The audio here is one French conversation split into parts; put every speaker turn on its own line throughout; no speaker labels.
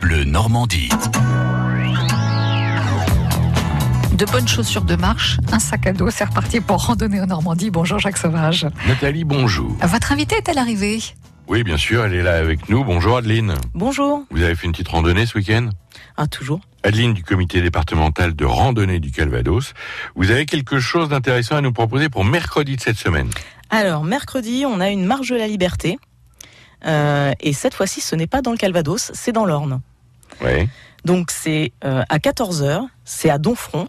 Bleu Normandie.
De bonnes chaussures de marche, un sac à dos, c'est reparti pour randonnée en Normandie. Bonjour Jacques Sauvage.
Nathalie, bonjour.
Votre invitée est à l'arrivée.
Oui, bien sûr, elle est là avec nous. Bonjour Adeline.
Bonjour.
Vous avez fait une petite randonnée ce week-end
Ah, toujours.
Adeline du comité départemental de randonnée du Calvados. Vous avez quelque chose d'intéressant à nous proposer pour mercredi de cette semaine.
Alors, mercredi, on a une marche de la liberté. Euh, et cette fois-ci, ce n'est pas dans le Calvados, c'est dans l'Orne.
Oui.
Donc, c'est euh, à 14h, c'est à Donfront.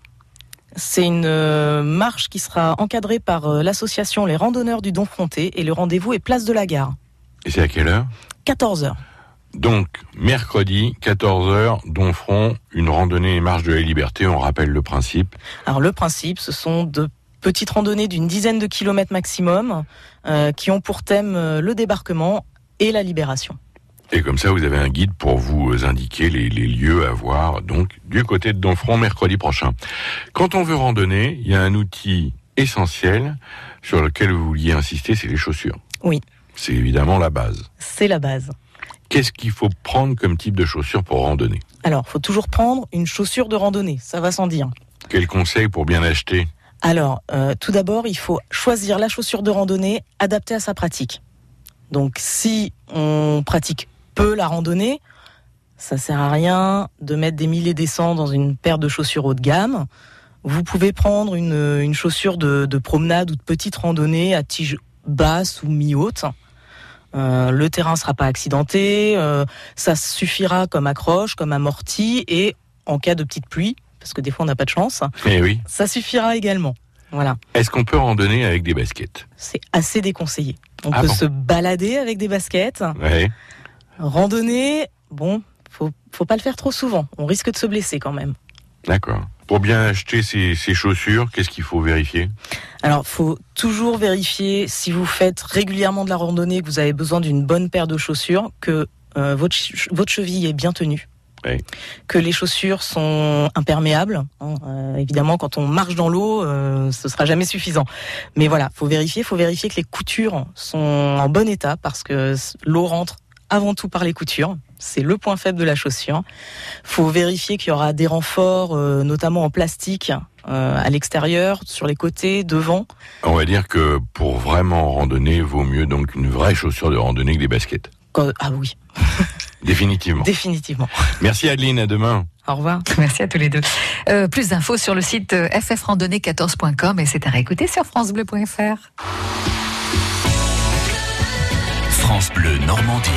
C'est une euh, marche qui sera encadrée par euh, l'association Les Randonneurs du Donfronté et le rendez-vous est place de la gare.
Et c'est à quelle heure
14h.
Donc, mercredi, 14h, Donfront, une randonnée et marche de la liberté, on rappelle le principe.
Alors, le principe, ce sont de petites randonnées d'une dizaine de kilomètres maximum euh, qui ont pour thème euh, le débarquement et la libération.
Et comme ça, vous avez un guide pour vous euh, indiquer les, les lieux à voir, donc, du côté de Donfront, mercredi prochain. Quand on veut randonner, il y a un outil essentiel sur lequel vous vouliez insister, c'est les chaussures.
Oui.
C'est évidemment la base.
C'est la base.
Qu'est-ce qu'il faut prendre comme type de chaussures pour randonner
Alors, faut toujours prendre une chaussure de randonnée, ça va sans dire.
Quel conseil pour bien acheter
Alors, euh, tout d'abord, il faut choisir la chaussure de randonnée adaptée à sa pratique. Donc, si on pratique peu la randonnée, ça sert à rien de mettre des milliers des cents dans une paire de chaussures haut de gamme. Vous pouvez prendre une, une chaussure de, de promenade ou de petite randonnée à tige basse ou mi-haute. Euh, le terrain sera pas accidenté, euh, ça suffira comme accroche, comme amorti et en cas de petite pluie, parce que des fois on n'a pas de chance,
Eh oui.
ça suffira également. Voilà,
Est-ce qu'on peut randonner avec des baskets
c'est assez déconseillé. On
Ah
peut
bon
se balader avec des baskets,
Ouais.
randonner, bon, faut, faut pas le faire trop souvent, on risque de se blesser quand même.
D'accord. Pour bien acheter ces, ces chaussures, qu'est-ce qu'il faut vérifier
Alors, faut toujours vérifier si vous faites régulièrement de la randonnée, que vous avez besoin d'une bonne paire de chaussures, que euh, votre, che- votre cheville est bien tenue.
Oui.
Que les chaussures sont imperméables. hein. Euh, évidemment, quand on marche dans l'eau, euh, ce sera jamais suffisant. Mais voilà, faut vérifier, faut vérifier que les coutures sont en bon état parce que s- l'eau rentre avant tout par les coutures. C'est le point faible de la chaussure. Faut vérifier qu'il y aura des renforts, euh, notamment en plastique, euh, à l'extérieur, sur les côtés, devant.
On va dire que pour vraiment randonner, vaut mieux donc une vraie chaussure de randonnée que des baskets.
Quand- Ah oui,
Définitivement.
définitivement.
Merci Adeline, à demain.
Au revoir.
Merci à tous les deux. Euh, plus d'infos sur le site euh, ffrandonnée14.com et c'est à réécouter sur francebleu.fr.
France Bleu Normandie.